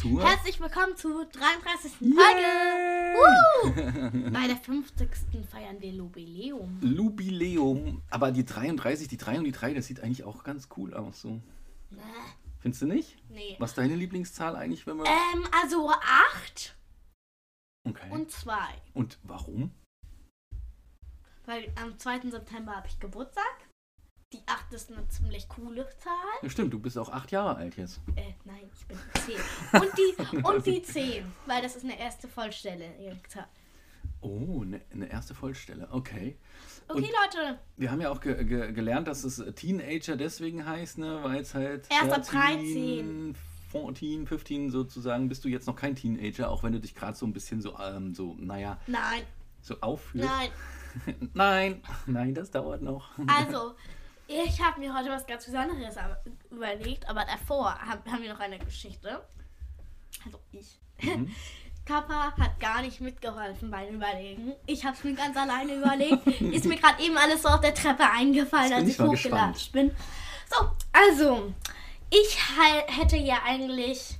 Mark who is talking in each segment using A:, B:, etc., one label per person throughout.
A: Tour.
B: Herzlich willkommen zur 33.
A: Yay!
B: Folge. Bei der 50. feiern wir Jubiläum.
A: Lubileum. Aber die 33, die 3 und die 3, das sieht eigentlich auch ganz cool aus. So.
B: Bäh,
A: Findest du nicht?
B: Äh, Nee.
A: Was ist deine Lieblingszahl eigentlich, wenn man.
B: Ähm, also 8
A: Okay. Äh, Und,
B: und 2.
A: warum?
B: Weil am 2. September habe ich Geburtstag. Die 8 ist eine ziemlich coole Zahl.
A: Ja, stimmt, du bist auch acht Jahre alt jetzt.
B: Äh, nein, ich bin 10. Und die, und die 10, weil das ist eine erste vollständige Zahl.
A: Oh, eine ne erste Vollstelle. Okay.
B: Okay, Leute.
A: Wir haben ja auch ge ge gelernt, dass es Teenager deswegen heißt, ne? weil es halt.
B: Erst ab
A: 14, 15 sozusagen bist du jetzt noch kein Teenager, auch wenn du dich gerade so ein bisschen so, ähm, so, naja,
B: Nein,
A: so aufführst.
B: nein.
A: Nein, nein, das dauert noch.
B: Also, ich habe mir heute was ganz Besonderes am- überlegt, aber davor hab, haben wir noch eine Geschichte. Also ich.
A: Mhm.
B: Papa hat gar nicht mitgeholfen beim Überlegen. Ich habe es mir ganz alleine überlegt. Ist mir gerade eben alles so auf der Treppe eingefallen,
A: Jetzt bin
B: als
A: ich
B: ich
A: mal
B: hochgelatscht bin. So, also, ich hal- hätte ja eigentlich...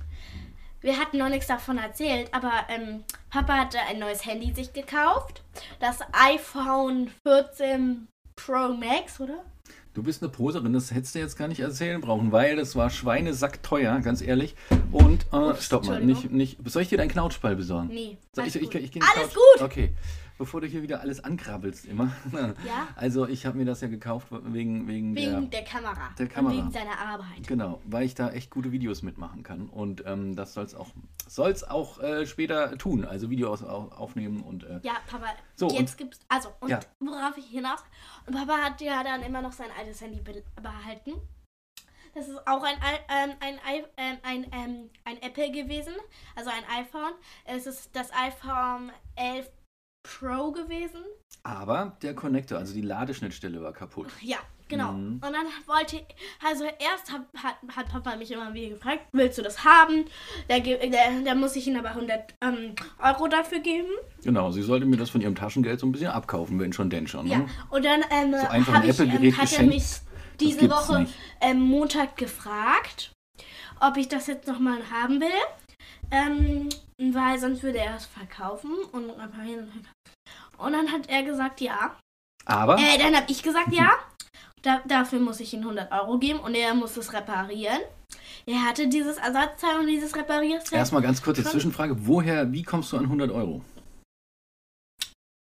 B: Wir hatten noch nichts davon erzählt, aber ähm, Papa hatte ein neues Handy sich gekauft. Das iPhone 14 Pro Max, oder?
A: Du bist eine Poserin, das hättest du jetzt gar nicht erzählen brauchen, weil das war schweinesackteuer, ganz ehrlich. Und, äh,
B: Ups,
A: stopp mal, nicht,
B: Entschuldigung.
A: nicht, soll ich dir deinen Knautschball besorgen?
B: Nee.
A: So,
B: alles
A: ich, ich,
B: gut.
A: ich, ich geh in die
B: alles
A: Couch.
B: gut!
A: Okay, bevor du hier wieder alles ankrabbelst immer.
B: Ja.
A: Also ich habe mir das ja gekauft wegen, wegen, der,
B: Wegen der Kamera.
A: Der Kamera.
B: Und wegen seiner Arbeit.
A: Genau, weil ich da echt gute Videos mitmachen kann. Und ähm, das soll es auch, soll's auch äh, später tun. Also Videos au- aufnehmen und... Äh,
B: Ja, Papa,
A: So,
B: jetzt gibt's. Also, und
A: Ja.
B: worauf ich hinaus. Und Papa hat ja dann immer noch sein altes Handy be- behalten. Das ist auch ein, Ei- ähm, ein, Ei- ähm, ein, ähm, ein Apple gewesen, also ein iPhone. Es ist das iPhone 11 Pro gewesen.
A: Aber der Connector, also die Ladeschnittstelle war kaputt.
B: Ja, genau.
A: Mhm.
B: Und dann wollte also erst hab, hat, hat Papa mich immer wieder gefragt, willst du das haben? Da, ge- da, da muss ich ihm aber 100 ähm, Euro dafür geben.
A: Genau, sie sollte mir das von ihrem Taschengeld so ein bisschen abkaufen, wenn schon denn schon.
B: Ja,
A: Ne?
B: und dann ähm,
A: einfach
B: hab
A: ein
B: ich,
A: Apple-Gerät
B: ähm, hat er
A: geschenkt?
B: mich diese
A: gibt's
B: Woche
A: nicht.
B: ähm, Montag gefragt, ob ich das jetzt nochmal haben will. Ähm, weil sonst würde er es verkaufen und reparieren. und verkaufen. Und dann hat er gesagt, ja.
A: Aber
B: Äh, dann habe ich gesagt, ja. Da, dafür muss ich ihm 100 Euro geben und er muss es reparieren. Er hatte dieses Ersatzteil und dieses Reparierteil.
A: erstmal ganz kurze
B: schon-
A: Zwischenfrage. Woher, wie kommst du an 100 Euro?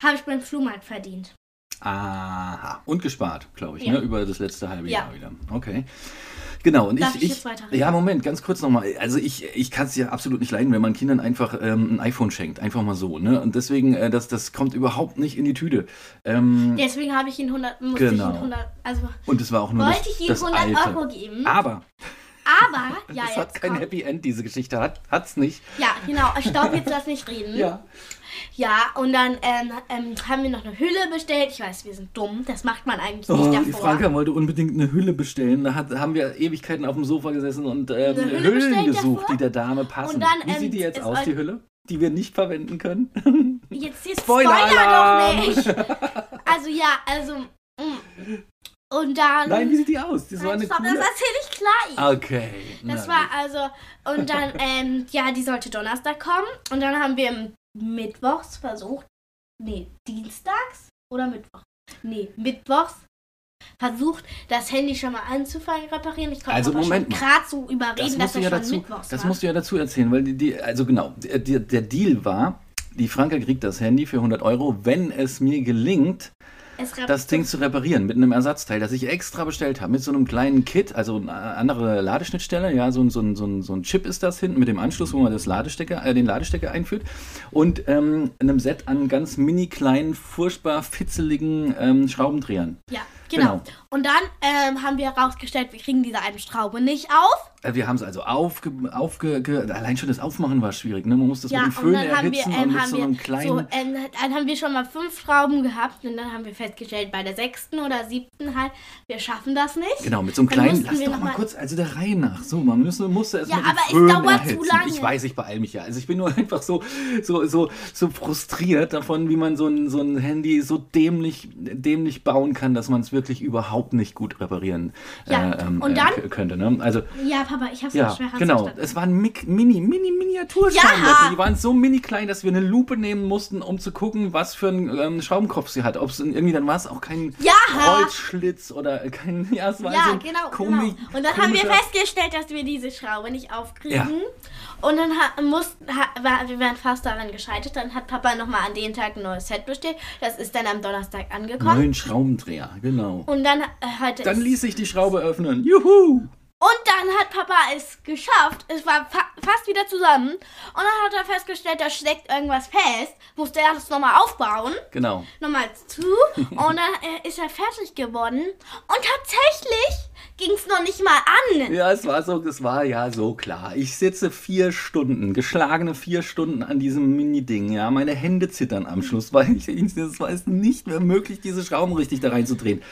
B: Habe ich beim Flohmarkt verdient.
A: Aha. Und gespart, glaube ich,
B: Ja.
A: ne? über das letzte halbe
B: Ja.
A: Jahr wieder. Okay. Genau, und
B: Darf ich
A: ich.
B: jetzt weiterreden?
A: ja, Moment, ganz kurz nochmal. Also ich, ich kann es ja absolut nicht leiden, wenn man Kindern einfach ähm, ein iPhone schenkt. Einfach mal so. Ne? Und deswegen, äh, das, das kommt überhaupt nicht in die Tüte. Ähm,
B: Deswegen habe ich ihn 100, musste
A: Genau.
B: ich ihn 100, also
A: Und es war auch nur das,
B: wollte ich ihm
A: das
B: 100
A: Alte.
B: Euro geben,
A: Aber
B: aber, ja,
A: es hat
B: jetzt
A: kein
B: kommt,
A: Happy End, diese Geschichte. Hat, hat's nicht.
B: ja, genau, stopp, jetzt lass mich reden.
A: Ja.
B: Ja, und dann ähm, ähm, haben wir noch eine Hülle bestellt. Ich weiß, wir sind dumm, das macht man eigentlich
A: Oh,
B: nicht davor.
A: die Franka wollte unbedingt eine Hülle bestellen. Da hat, haben wir Ewigkeiten auf dem Sofa gesessen und ähm,
B: Eine Hülle
A: Hüllen
B: bestellt
A: gesucht,
B: davor?
A: die der Dame passen.
B: Und dann,
A: Wie
B: ähm,
A: sieht die jetzt
B: ist
A: aus, die
B: eu-
A: Hülle? Die wir nicht verwenden können?
B: Jetzt, jetzt
A: Spoiler
B: Spoiler,
A: Alarm!
B: doch nicht. Also ja, also. mm. Und dann.
A: Nein, wie sieht die aus? Das war eine
B: das war-
A: coole...
B: das erzähle ich gleich.
A: Okay.
B: Das
A: na
B: war
A: gut.
B: also. Und dann, ähm, ja, die sollte Donnerstag kommen. Und dann haben wir m- mittwochs versucht. Nee, dienstags oder Mittwoch? Nee, mittwochs versucht, das Handy schon mal anzufangen, reparieren. Ich konnte
A: Also,
B: aber
A: Moment mal.
B: schon gerade so überreden,
A: musst
B: dass
A: du
B: er
A: ja
B: schon
A: dazu,
B: mittwochs
A: das
B: war.
A: musst du ja dazu erzählen, weil die, die also genau, der, der- der Deal war, die Franka kriegt das Handy für 100 Euro, wenn es mir gelingt,
B: Es rep-
A: das Ding zu reparieren mit einem Ersatzteil, das ich extra bestellt habe, mit so einem kleinen Kit, also eine andere Ladeschnittstelle, ja, so ein, so ein, so ein, so ein Chip ist das hinten mit dem Anschluss, wo man das Ladestecker, äh, den Ladestecker einführt und ähm, einem Set an ganz mini kleinen, furchtbar fitzeligen ähm, Schraubendrehern.
B: Ja, genau.
A: Genau.
B: Und dann ähm, haben wir herausgestellt, wir kriegen diese eine Schraube nicht auf.
A: Äh, Wir haben es also aufge, aufge, ge, allein schon das Aufmachen war schwierig, ne? Man muss das
B: Ja,
A: mit dem
B: und
A: Föhn
B: dann haben wir,
A: erhitzen und
B: ähm,
A: mit
B: haben
A: so
B: wir
A: einem kleinen.
B: so, ähm, dann haben wir schon mal fünf Schrauben gehabt und dann haben wir festgestellt, bei der sechsten oder siebten halt, wir schaffen das nicht.
A: Genau, mit so einem
B: Dann
A: kleinen,
B: mussten
A: lass
B: wir
A: doch
B: noch
A: mal
B: mal-
A: kurz, also der Reihe nach. So, man müsste, musste erst
B: Ja,
A: mal den
B: aber es
A: Föhn
B: dauert zu
A: erhitzen.
B: lange.
A: Ich weiß, ich beeil mich ja. Also ich bin nur einfach so, so, so, so frustriert davon, wie man so ein, so ein Handy so dämlich, dämlich bauen kann, dass man es wirklich überhaupt nicht gut reparieren
B: Ja,
A: äh, ähm,
B: und dann-
A: äh, k- könnte. Ne? Also
B: Ja, Papa, ich hab's
A: ja,
B: nicht schwer
A: genau.
B: verstanden.
A: Es waren Mik mini, mini Miniaturscheinwerfer.
B: Ja!
A: Die waren so mini klein, dass wir eine Lupe nehmen mussten, um zu gucken, was für einen ähm, Schraubenkopf sie hat. Ob es irgendwie dann war es auch kein
B: Ja!
A: Kreuzschlitz oder kein. Ja, es war so
B: Ja,
A: ein
B: genau,
A: komi-
B: genau. Und dann haben wir
A: komischer-
B: festgestellt, dass wir diese Schraube nicht aufkriegen. Und dann ha mussten, ha war, wir wären fast daran gescheitert. Dann hat Papa nochmal an den Tag ein neues Set bestellt. Das ist dann am Donnerstag angekommen.
A: Neuen Schraubendreher, genau.
B: Und dann äh, heute
A: Dann
B: ist-
A: ließ sich die Schraube öffnen. Juhu!
B: Und dann hat Papa es geschafft. Es war fa fast wieder zusammen. Und dann hat er festgestellt, da steckt irgendwas fest. Musste er das nochmal aufbauen.
A: Genau.
B: Nochmal zu. Und dann äh, ist er fertig geworden. Und tatsächlich ging es noch nicht mal an.
A: Ja, es war so, es war ja so klar. Ich sitze vier Stunden, geschlagene vier Stunden an diesem Mini-Ding. Ja, meine Hände zittern am Schluss, weil ich es war es nicht mehr möglich, diese Schrauben richtig da reinzudrehen.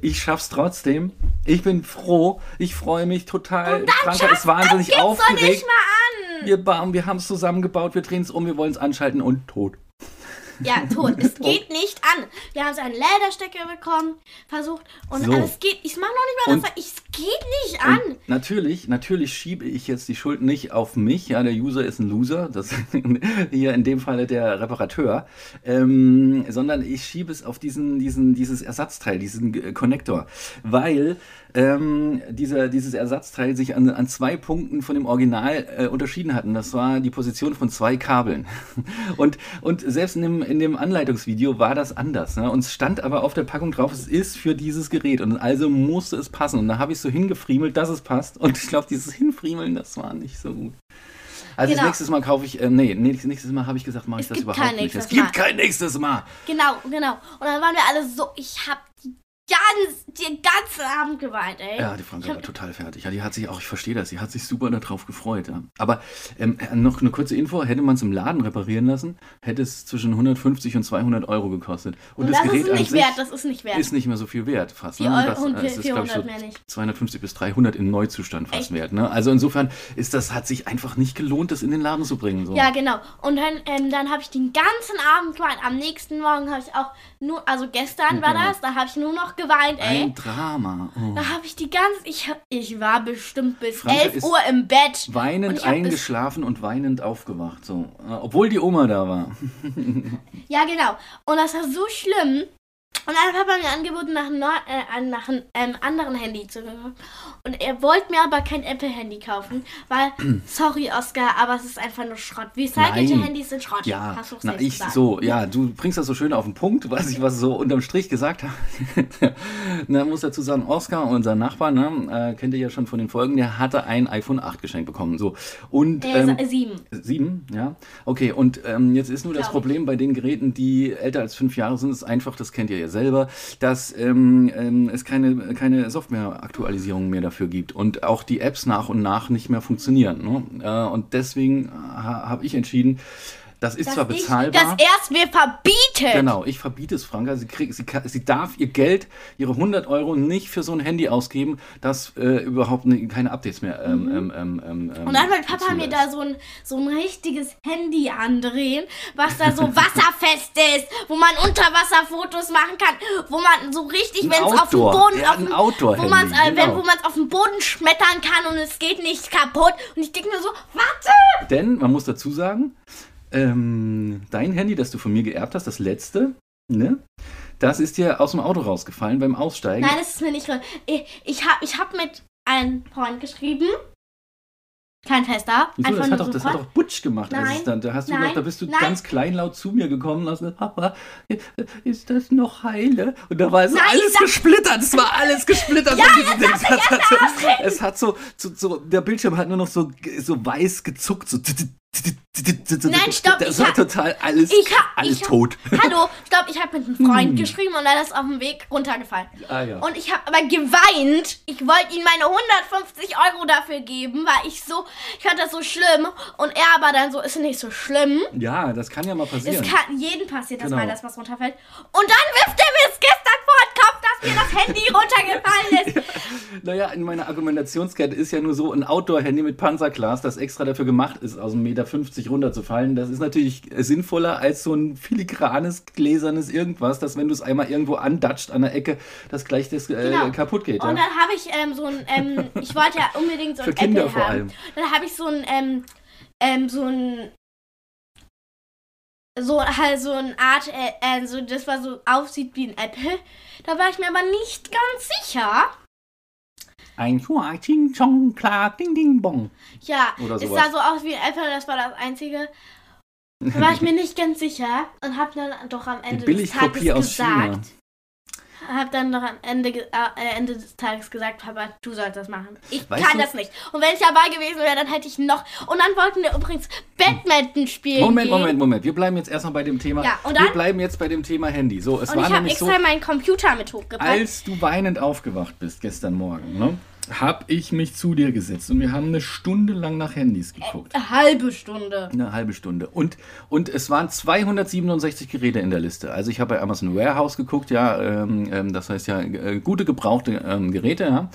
A: Ich schaff's trotzdem. Ich bin froh. Ich freue mich total. Franka ist wahnsinnig
B: Gibt's doch
A: aufgeregt.
B: nicht mal an.
A: Wir, bam, wir haben es zusammengebaut, wir drehen es um, wir wollen es anschalten und tot.
B: Ja, tot. Es geht nicht an. Wir haben so einen Lederstecker bekommen, versucht. Und
A: So.
B: aber es geht. Ich mach noch nicht mal.
A: Und-
B: was. ich, es geht nicht an.
A: Und natürlich, natürlich schiebe ich jetzt die Schuld nicht auf mich. Ja, der User ist ein Loser, das hier in dem Falle der Reparateur, ähm, sondern ich schiebe es auf diesen, diesen, dieses Ersatzteil, diesen äh, Konnektor, weil ähm, dieser, dieses Ersatzteil sich an, an zwei Punkten von dem Original äh, unterschieden hatten. Das war die Position von zwei Kabeln. Und, und selbst in dem, in dem Anleitungsvideo war das anders. Ne? Und es stand aber auf der Packung drauf, es ist für dieses Gerät. Und also musste es passen. Und da habe ich so hingefriemelt, dass es passt. Und ich glaube, dieses Hinfriemeln, das war nicht so gut. Also
B: Genau.
A: das nächste Mal kaufe ich, äh, nee, nächstes, nächstes Mal habe ich gesagt, mache ich
B: Es
A: das
B: gibt
A: überhaupt
B: kein
A: nicht. Es
B: nächstes
A: gibt
B: Mal.
A: kein nächstes Mal.
B: Genau, genau. Und dann waren wir alle so, ich hab die ganz, den ganzen Abend geweint, ey.
A: Ja, die Franka
B: Ich hab-
A: war total fertig. Ja, die hat sich auch, ich verstehe das, die hat sich super darauf gefreut. Ja. Aber ähm, äh, noch eine kurze Info, hätte man es im Laden reparieren lassen, hätte es zwischen 150 und 200 Euro gekostet. Und,
B: Und
A: das,
B: das,
A: Gerät
B: ist
A: an
B: nicht
A: sich
B: wert, das ist nicht wert.
A: ist nicht mehr so viel wert fast.
B: Vier
A: ne?
B: Euro und
A: äh,
B: vier-
A: es ist, glaub ich,
B: 400 mehr nicht.
A: 250 bis 300 im Neuzustand fast
B: Echt?
A: wert. Ne? Also insofern ist das, hat sich einfach nicht gelohnt, das in den Laden zu bringen. So.
B: ja, genau. Und dann, ähm, dann habe ich den ganzen Abend geweint. Am nächsten Morgen habe ich auch nur, also gestern war
A: Ja.
B: das, da habe ich nur noch geweint, ey.
A: Ein Drama. Oh.
B: da habe ich die ganze, ich, hab, ich war bestimmt bis
A: Franka
B: 11
A: ist
B: Uhr im Bett. Und ich
A: Weinend
B: hab bis-
A: eingeschlafen und weinend aufgewacht. So. Äh, Obwohl die Oma da war.
B: Ja, genau. Und das war so schlimm. Und dann hat Papa mir angeboten, nach einem, neu- äh, an- nach einem ähm, anderen Handy zu kaufen. Und er wollte mir aber kein Apple-Handy kaufen, weil, sorry, Oscar, aber es ist einfach nur Schrott. Recycelte
A: Nein.
B: Handys sind Schrott.
A: Ja,
B: Hast du's
A: na,
B: selbst
A: ich
B: gesagt.
A: so, ja, du bringst das so schön auf den Punkt, was ich was so unterm Strich gesagt habe. na, muss dazu sagen, Oscar, unser Nachbar, ne, äh, kennt ihr ja schon von den Folgen, der hatte ein iPhone 8 geschenkt bekommen. So. Und,
B: Äh,
A: ähm,
B: sa- sieben.
A: Sieben, ja. Okay, und ähm, jetzt ist nur das
B: Glaub ich.
A: Problem bei den Geräten, die älter als fünf Jahre sind, ist einfach, das kennt ihr ja selber, dass ähm, ähm, es keine, keine Software-Aktualisierung mehr dafür gibt und auch die Apps nach und nach nicht mehr funktionieren. Ne? Äh, und deswegen ha habe ich entschieden, das ist zwar
B: Dass ich-
A: bezahlbar.
B: Dass er es mir verbietet.
A: Genau, ich verbiete es, Franka. Sie, krieg, sie, ka- sie darf ihr Geld, ihre 100 Euro nicht für so ein Handy ausgeben, das äh, überhaupt ne, keine Updates mehr ähm, ähm, ähm, ähm,
B: Mhm. Und dann hat Papa mir
A: zulässt.
B: da so ein, so ein richtiges Handy andrehen, was da so wasserfest ist, wo man Unterwasserfotos machen kann, wo man so richtig,
A: Ein
B: wenn es auf dem
A: Outdoor.
B: Boden,
A: Ja,
B: auf dem,
A: ein Outdoor-Handy,
B: wo man es äh, wenn-
A: genau.
B: wo man's auf den Boden schmettern kann und es geht nicht kaputt. Und ich denke mir so, warte!
A: Denn man muss dazu sagen, ähm, dein Handy, das du von mir geerbt hast, das letzte, ne? Das ist dir aus dem Auto rausgefallen beim Aussteigen.
B: Nein, das ist mir nicht. Ich, ich habe ich hab mit einem Freund geschrieben. Kein Fester.
A: Wieso? Das
B: nur
A: hat, doch,
B: so
A: das hat
B: Freund.
A: doch Butsch gemacht.
B: Nein.
A: Als es dann, da, hast du
B: Nein.
A: noch, da bist du
B: Nein.
A: ganz kleinlaut zu mir gekommen und hast gesagt, Papa, ist das noch heile? Und da war es
B: Nein,
A: alles
B: sag-
A: gesplittert. Es war alles gesplittert. ja, das hat so, es hat so, so, so, der Bildschirm hat nur noch so, so weiß gezuckt. So.
B: Nein, stopp,
A: Das
B: ich
A: war
B: hab-
A: total alles,
B: ich hab-
A: alles
B: ich hab-
A: tot. Hm.
B: Hallo, ich glaube, ich habe mit einem Freund geschrieben und er ist auf dem Weg runtergefallen.
A: Ah, ja.
B: Und ich habe aber geweint. Ich wollte ihm meine 150 Euro dafür geben, weil ich so, ich fand das so schlimm. Und er aber dann so, ist nicht so schlimm.
A: Ja, das kann ja mal
B: Es
A: passieren.
B: kann jedem passieren, dass
A: Genau.
B: mal das was runterfällt. Und dann wirft er mir es gestern vor den Kopf, dass mir das Handy runtergefallen ist.
A: Naja, in meiner Argumentationskette ist ja nur so ein Outdoor-Handy mit Panzerglas, das extra dafür gemacht ist, aus 1,50 Meter runterzufallen. Das ist natürlich sinnvoller als so ein filigranes, gläsernes irgendwas, das, wenn du es einmal irgendwo andatscht an der Ecke, das gleich das, äh,
B: Genau.
A: kaputt geht.
B: Und
A: ja?
B: dann habe ich ähm, so ein, ähm, ich wollte ja unbedingt so ein
A: Für Kinder
B: Apple
A: vor
B: haben.
A: allem.
B: Dann habe ich so ein, ähm, ähm, so ein, so halt so eine Art, äh, äh, so das war so aussieht wie ein Apple. Da war ich mir aber nicht ganz sicher.
A: Ein Hua, Ching, Chong, Klar, Ding, Ding, Bong.
B: Ja,
A: Oder
B: es
A: sowas.
B: sah so aus wie ein Apple, das war das einzige. Da war ich mir nicht ganz sicher und habe dann doch am Ende des Tages
A: Billigkopie aus China.
B: gesagt, habe dann doch am Ende, ge- äh, Ende des Tages gesagt, Papa, du sollst das machen. Ich
A: Weißt
B: kann
A: du-
B: das nicht. Und wenn ich dabei gewesen wäre, dann hätte ich noch. Und dann wollten wir übrigens Badminton spielen.
A: Moment,
B: gehen.
A: Moment, Moment. Wir bleiben jetzt erstmal bei dem Thema.
B: Ja, und dann-
A: wir bleiben jetzt bei dem Thema Handy. So, es
B: Und
A: war
B: ich habe
A: nämlich so,
B: extra meinen Computer mit hochgepackt.
A: als du weinend aufgewacht bist gestern Morgen, ne, habe ich mich zu dir gesetzt und wir haben eine Stunde lang nach Handys geguckt.
B: Eine halbe Stunde.
A: Eine halbe Stunde. Und, und es waren 267 Geräte in der Liste. Also ich habe bei Amazon Warehouse geguckt, ja, ähm, ähm, das heißt ja, äh, gute gebrauchte ähm, Geräte, ja,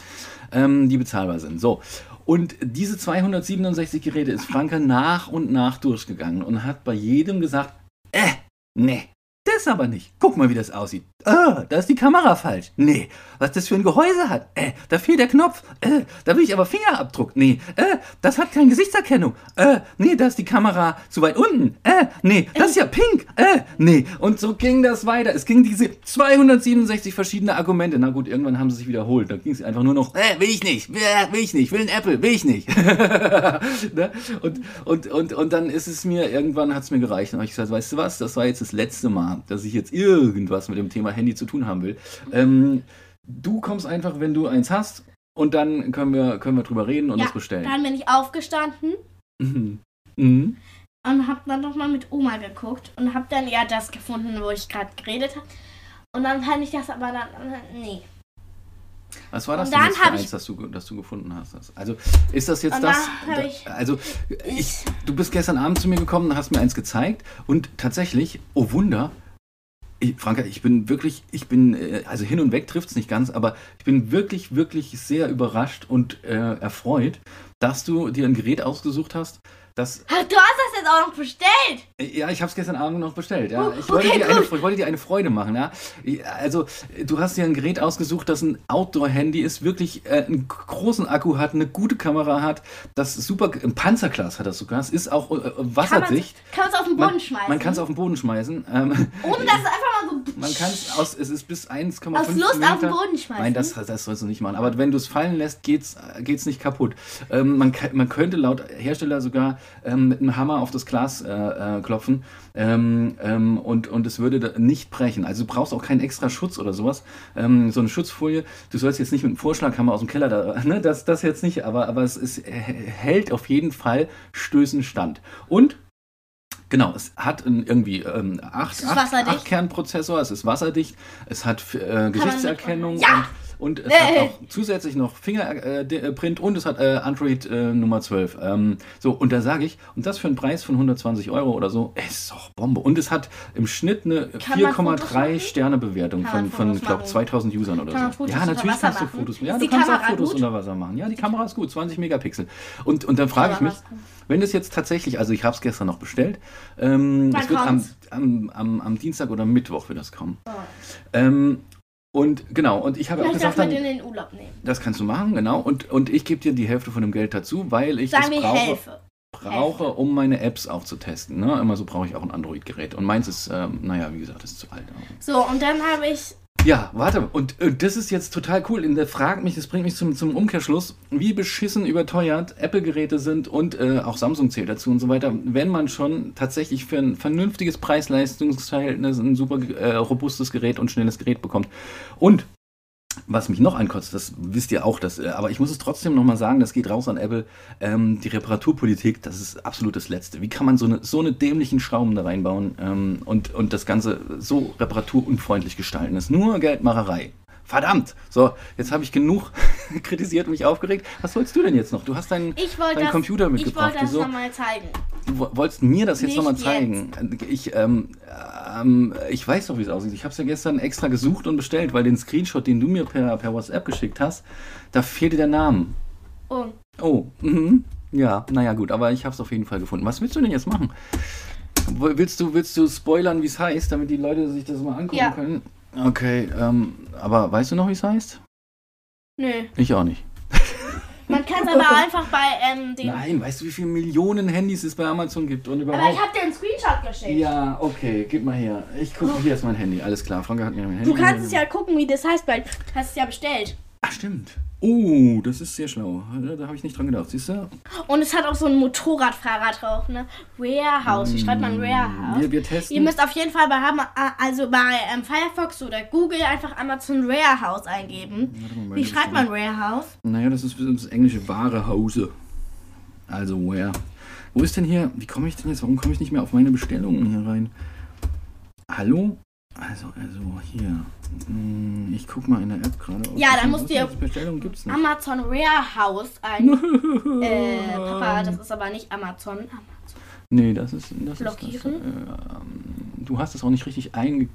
A: ähm, die bezahlbar sind. So. Und diese 267 Geräte ist Franke nach und nach durchgegangen und hat bei jedem gesagt, äh, nee, das aber nicht. Guck mal, wie das aussieht. Ah, da ist die Kamera falsch. Nee, was das für ein Gehäuse hat. Äh, da fehlt der Knopf. Äh, da will ich aber Fingerabdruck. Nee, äh, das hat keine Gesichtserkennung. Äh, nee, da ist die Kamera zu weit unten. Äh, nee, das ist ja pink. Äh, nee. Und so ging das weiter. Es ging diese 267 verschiedene Argumente. Na gut, irgendwann haben sie sich wiederholt. Da ging es einfach nur noch, äh, will ich nicht, äh, will ich nicht, will ein Apple, will ich nicht. ne? und, und, und, und dann ist es mir, irgendwann hat es mir gereicht. Und habe ich gesagt, weißt du was, das war jetzt das letzte Mal, dass ich jetzt irgendwas mit dem Thema Handy zu tun haben will. Ähm, du kommst einfach, wenn du eins hast, und dann können wir, können wir drüber reden und
B: Ja,
A: das bestellen.
B: Dann bin ich aufgestanden
A: Mhm. Mhm.
B: und hab dann nochmal mit Oma geguckt und hab dann eher das gefunden, wo ich gerade geredet habe. Und dann fand ich das aber dann, nee.
A: Was war das
B: Und
A: denn
B: dann
A: jetzt
B: hab
A: für
B: ich-
A: eins, das du, das du gefunden hast? Also ist das jetzt
B: Und
A: das?
B: dann hab
A: da-
B: ich-
A: also ich,
B: Ich-
A: du bist gestern Abend zu mir gekommen und hast mir eins gezeigt und tatsächlich, oh Wunder, ich, Franka, ich bin wirklich, ich bin, äh, also hin und weg trifft es nicht ganz, aber ich bin wirklich, wirklich sehr überrascht und äh, erfreut, dass du dir ein Gerät ausgesucht hast, das,
B: Ach, du hast das jetzt auch noch bestellt.
A: äh, ja, ich habe es gestern Abend noch bestellt, ja.
B: Oh,
A: Ich wollte,
B: okay,
A: dir eine,
B: gut.
A: Fre- ich wollte dir eine Freude machen, ja. Ich- Also, äh, du hast dir ein Gerät ausgesucht, das ein Outdoor-Handy ist, wirklich äh, einen g- großen Akku hat, eine gute Kamera hat, das super, ein Panzerglas hat das sogar, es ist auch äh, äh, wasserdicht.
B: Kann man es auf den Boden
A: Man,
B: schmeißen.
A: man kann es auf den Boden schmeißen. Ähm,
B: Ohne dass es einfach mal so.
A: man kann es aus, es ist bis 1,5
B: Aus Lust
A: Meter.
B: auf den Boden schmeißen?
A: Nein, das, das sollst du nicht machen. Aber wenn du es fallen lässt, geht's, äh, geht's nicht kaputt. Ähm, man, kann- man könnte laut Hersteller sogar ähm, mit einem Hammer auf das Glas äh, äh, klopfen ähm, ähm, und, und es würde da nicht brechen. Also du brauchst auch keinen extra Schutz oder sowas. Ähm, so eine Schutzfolie. Du sollst jetzt nicht mit einem Vorschlaghammer aus dem Keller da, ne? Das, das jetzt nicht, aber, aber es, es äh, hält auf jeden Fall Stößen stand. Und Genau, es hat ein, irgendwie ähm, acht,
B: ist
A: acht,
B: wasserdicht.
A: acht Kernprozessor, es ist wasserdicht, es hat äh, Gesichtserkennung
B: mit- Ja!
A: und, und es
B: Äh.
A: hat auch zusätzlich noch Fingerprint äh, D- äh, Print und es hat äh, Android äh, Nummer 12. Ähm, so, und da sage ich, und das für einen Preis von 120 Euro oder so, ey, ist doch Bombe. Und es hat im Schnitt eine
B: Kann man Fotos
A: 4,3
B: machen?
A: Sterne Bewertung
B: Kann
A: von,
B: man
A: von
B: Fotos
A: glaube
B: machen?
A: 2000 Usern oder
B: Kann man
A: so.
B: Fotos
A: Ja,
B: unter
A: natürlich
B: Wasser
A: kannst du
B: machen?
A: Fotos. Ja,
B: Ist
A: du
B: die
A: kannst auch
B: Kamera
A: Fotos
B: gut?
A: unter Wasser machen. Ja, die Kamera ist gut, 20 Megapixel. Und, und dann frage ich
B: Kamera
A: mich,
B: ist gut.
A: wenn das jetzt tatsächlich, also ich habe es gestern noch bestellt, ähm,
B: Wann
A: es wird am,
B: kommt's?
A: am, am, am Dienstag oder Mittwoch wird das kommen. Ähm, und genau, und ich habe auch
B: Vielleicht darf
A: gesagt,
B: man
A: dann,
B: den in den Urlaub nehmen.
A: das kannst du machen, genau. Und, und ich gebe dir die Hälfte von dem Geld dazu, weil ich
B: Sagen
A: das
B: wir
A: brauche,
B: Hilfe.
A: brauche, um meine Apps auch zu testen. Ne? Immer so brauche ich auch ein Android-Gerät. Und meins ist, ähm, naja, wie gesagt, ist zu alt. ne?
B: So, und dann habe ich.
A: Ja, warte. Und, äh, das ist jetzt total cool. Und der fragt mich, das bringt mich zum, zum Umkehrschluss, wie beschissen überteuert Apple-Geräte sind und äh, auch Samsung zählt dazu und so weiter, wenn man schon tatsächlich für ein vernünftiges Preis-Leistungs-Verhältnis ein super äh, robustes Gerät und schnelles Gerät bekommt. Und was mich noch ankotzt, das wisst ihr auch, dass, äh, aber ich muss es trotzdem nochmal sagen, das geht raus an Apple, ähm, die Reparaturpolitik, das ist absolut das Letzte. Wie kann man so eine, so eine dämlichen Schrauben da reinbauen ähm, und, und das Ganze so reparaturunfreundlich gestalten? Das ist nur Geldmacherei. Verdammt! So, jetzt habe ich genug kritisiert und mich aufgeregt. Was sollst du denn jetzt noch? Du hast deinen,
B: Ich wollte
A: deinen
B: das.
A: Computer
B: ich wollte
A: mitgebracht.
B: das
A: Wieso?
B: nochmal zeigen.
A: Du wo- wolltest mir das jetzt
B: Nicht
A: nochmal zeigen. Ich, ähm, ähm, ich weiß doch, wie es aussieht. Ich habe es ja gestern extra gesucht und bestellt, weil den Screenshot, den du mir per, per WhatsApp geschickt hast, da fehlte der Name.
B: Oh.
A: Oh, mhm. ja, naja, gut, aber ich habe es auf jeden Fall gefunden. Was willst du denn jetzt machen? Wo- Willst du, willst du spoilern, wie es heißt, damit die Leute sich das mal angucken
B: Ja.
A: können? Okay, ähm, aber weißt du noch, wie es heißt?
B: Nö.
A: Ich auch nicht.
B: Man kann es aber einfach bei ähm, den.
A: Nein, weißt du, wie viele Millionen Handys es bei Amazon gibt und überhaupt?
B: Aber ich habe dir einen Screenshot geschickt.
A: ja, okay, gib mal her. Ich gucke, hier ist mein Handy. Alles klar, Franka hat mir mein Handy.
B: Du kannst
A: gegeben.
B: es ja gucken, wie das heißt, weil du hast es ja bestellt.
A: Ach, stimmt. Oh, das ist sehr schlau. Da habe ich nicht dran gedacht, siehst du?
B: Und es hat auch so einen Motorradfahrer drauf, ne? Warehouse. Wie schreibt man Warehouse?
A: Mm, Wir, wir testen.
B: Ihr müsst auf jeden Fall bei, Hama- ah, also bei ähm, Firefox oder Google einfach Amazon Warehouse eingeben.
A: Warte mal,
B: Wie
A: das
B: schreibt
A: ist-
B: man Warehouse?
A: Naja, das ist das englische wahre Hause. Also where. Wo ist denn hier? Wie komme ich denn jetzt? Warum komme ich nicht mehr auf meine Bestellungen hier rein? Hallo? Also, also hier. Hm, Ich guck mal in der App gerade. ob
B: Ja,
A: das-
B: dann
A: wo
B: musst
A: ist
B: du
A: denn
B: ja-
A: das? Bestellungen gibt's nicht.
B: Amazon Warehouse ein. äh, Papa, das ist aber nicht Amazon.
A: Nee, das ist das Ist das,
B: Blockieren?
A: ähm, du hast es auch nicht richtig einge.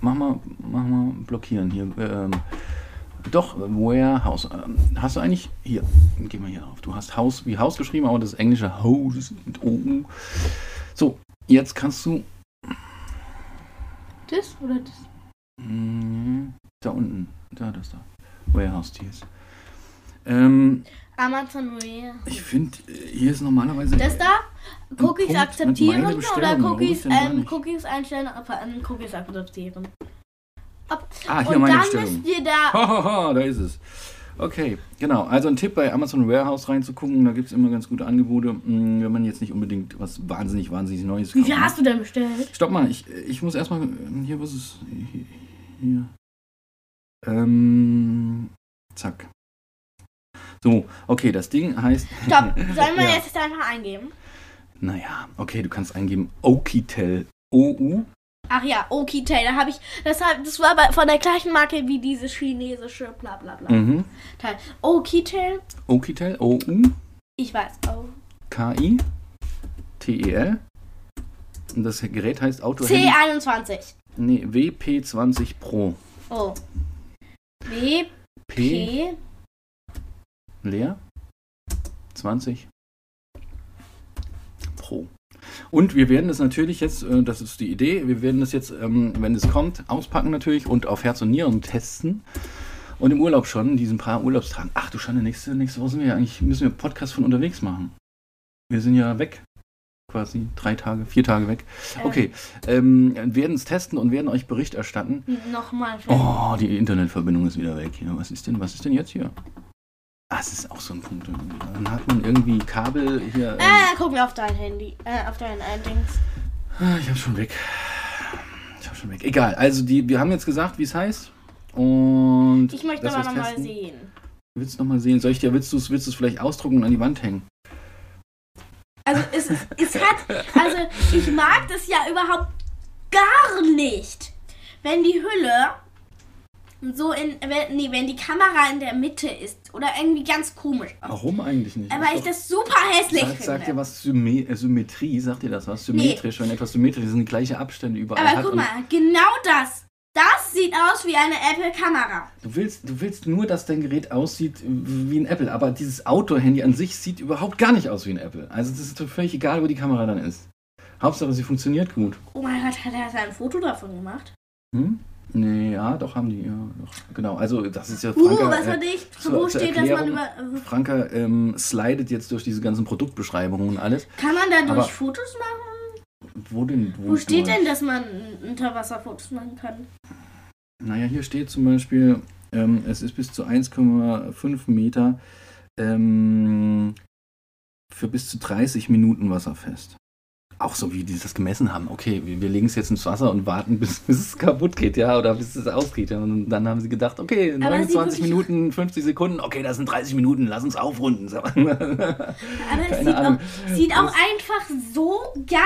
A: Mach mal, mach mal blockieren hier. Ähm, doch, Warehouse. Ähm, hast du eigentlich. Hier, geh mal hier drauf. Du hast Haus wie Haus geschrieben, aber das englische Haus mit O. So, jetzt kannst du.
B: Das oder das?
A: mm, Da unten. Da, das da. Warehouse Deals. Ähm,
B: Amazon Warehouse.
A: ich finde, hier ist normalerweise.
B: Das da? Cookies
A: Punkt mit
B: akzeptieren
A: meine
B: oder
A: Bestellung. Warum
B: Cookies,
A: ist denn da
B: ähm,
A: nicht?
B: Cookies einstellen, aber ähm, Cookies akzeptieren. Ab.
A: ah, hier
B: Und
A: meine
B: dann
A: Bestellung.
B: müsst ihr da
A: Hahaha, da ist es. Okay, genau. Also ein Tipp bei Amazon Warehouse reinzugucken, da gibt es immer ganz gute Angebote, mh, wenn man jetzt nicht unbedingt was wahnsinnig, wahnsinnig Neues
B: Wie viel
A: kaufen
B: hast du denn bestellt?
A: Stopp mal, ich, ich muss erstmal. Hier, was ist. Hier. hier. Ähm. Zack. So, okay, das Ding heißt.
B: Stopp, sollen wir
A: Ja.
B: jetzt das einfach eingeben?
A: Naja, okay, du kannst eingeben Okitel. O-U.
B: Ach ja, Okitel, da habe ich, das, hab, das war bei, von der gleichen Marke wie diese chinesische bla bla bla
A: Mhm.
B: Teil. Okitel,
A: Okitel. O-U.
B: ich weiß, oh.
A: K-I-T-E-L. Und das Gerät heißt Auto Handy-
B: C21.
A: Nee, WP20 Pro.
B: Oh. W,
A: P,
B: P,
A: leer. 20 Pro. Und wir werden es natürlich jetzt, äh, das ist die Idee, wir werden es jetzt, ähm, wenn es kommt, auspacken natürlich und auf Herz und Nieren testen. Und im Urlaub schon, diesen paar Urlaubstagen. Ach du Schande, nächste, nächste Woche sind wir ja eigentlich, müssen wir einen Podcast von unterwegs machen. Wir sind ja weg. Quasi drei Tage, vier Tage weg.
B: Ähm.
A: Okay, ähm, werden es testen und werden euch Bericht erstatten.
B: nochmal.
A: Oh, die Internetverbindung ist wieder weg hier. Was ist denn, was ist denn jetzt hier? Ah, es ist auch so ein Punkt. Dann hat man irgendwie Kabel hier. Ähm,
B: Äh, guck mir auf dein Handy, äh, auf dein äh, Dings.
A: ah, ich hab's schon weg. Ich hab's schon weg. Egal, also die, wir haben jetzt gesagt, wie es heißt. Und.
B: Ich möchte
A: dass
B: aber
A: wir's
B: nochmal
A: testen.
B: sehen.
A: Willst du nochmal sehen? Soll ich dir, willst du es willst du's vielleicht ausdrucken und an die Wand hängen?
B: Also es, es hat, also ich mag das ja überhaupt gar nicht, wenn die Hülle so in, wenn, nee, wenn die Kamera in der Mitte ist oder irgendwie ganz komisch.
A: Warum eigentlich nicht?
B: Aber ich
A: Ist doch-
B: das super hässlich
A: Sagt, sagt Oh, dir
B: finde.
A: was Symme äh, Symmetrie? Sagt dir das was?
B: Nee.
A: Symmetrisch, wenn etwas symmetrisch ist, sind gleiche Abstände überall.
B: Aber
A: hat
B: guck
A: und-
B: mal, genau das. Das sieht aus wie eine Apple-Kamera.
A: Du willst, du willst nur, dass dein Gerät aussieht wie ein Apple, aber dieses Outdoor-Handy an sich sieht überhaupt gar nicht aus wie ein Apple. Also das ist doch völlig egal, wo die Kamera dann ist. Hauptsache, sie funktioniert gut.
B: Oh mein Gott, hat er da ein Foto davon gemacht?
A: Hm? Nee, ja, doch haben die, ja, doch. Genau, also das ist ja
B: Uh,
A: Franka.
B: was
A: äh,
B: für dich?
A: zur-
B: Wo
A: zur
B: steht, dass man
A: Erklärung.
B: über...
A: Franka ähm, slidet jetzt durch diese ganzen Produktbeschreibungen und alles.
B: Kann man dadurch
A: Aber-
B: Fotos machen?
A: Wo denn?
B: Wo steht
A: denn?
B: denn, dass man Unterwasserfotos machen kann?
A: Naja, hier steht zum Beispiel, ähm, es ist bis zu 1,5 Meter ähm, für bis zu 30 Minuten wasserfest. Auch so, wie die das gemessen haben. Okay, wir, wir legen es jetzt ins Wasser und warten, bis, bis es kaputt geht, ja, oder bis es ausgeht. Und dann haben sie gedacht, okay,
B: Aber es sieht
A: 29
B: wirklich-
A: Minuten, 50 Sekunden, okay, das sind 30 Minuten, lass uns aufrunden.
B: Aber es
A: Keine
B: sieht
A: Ahnung.
B: auch, sieht auch einfach so geil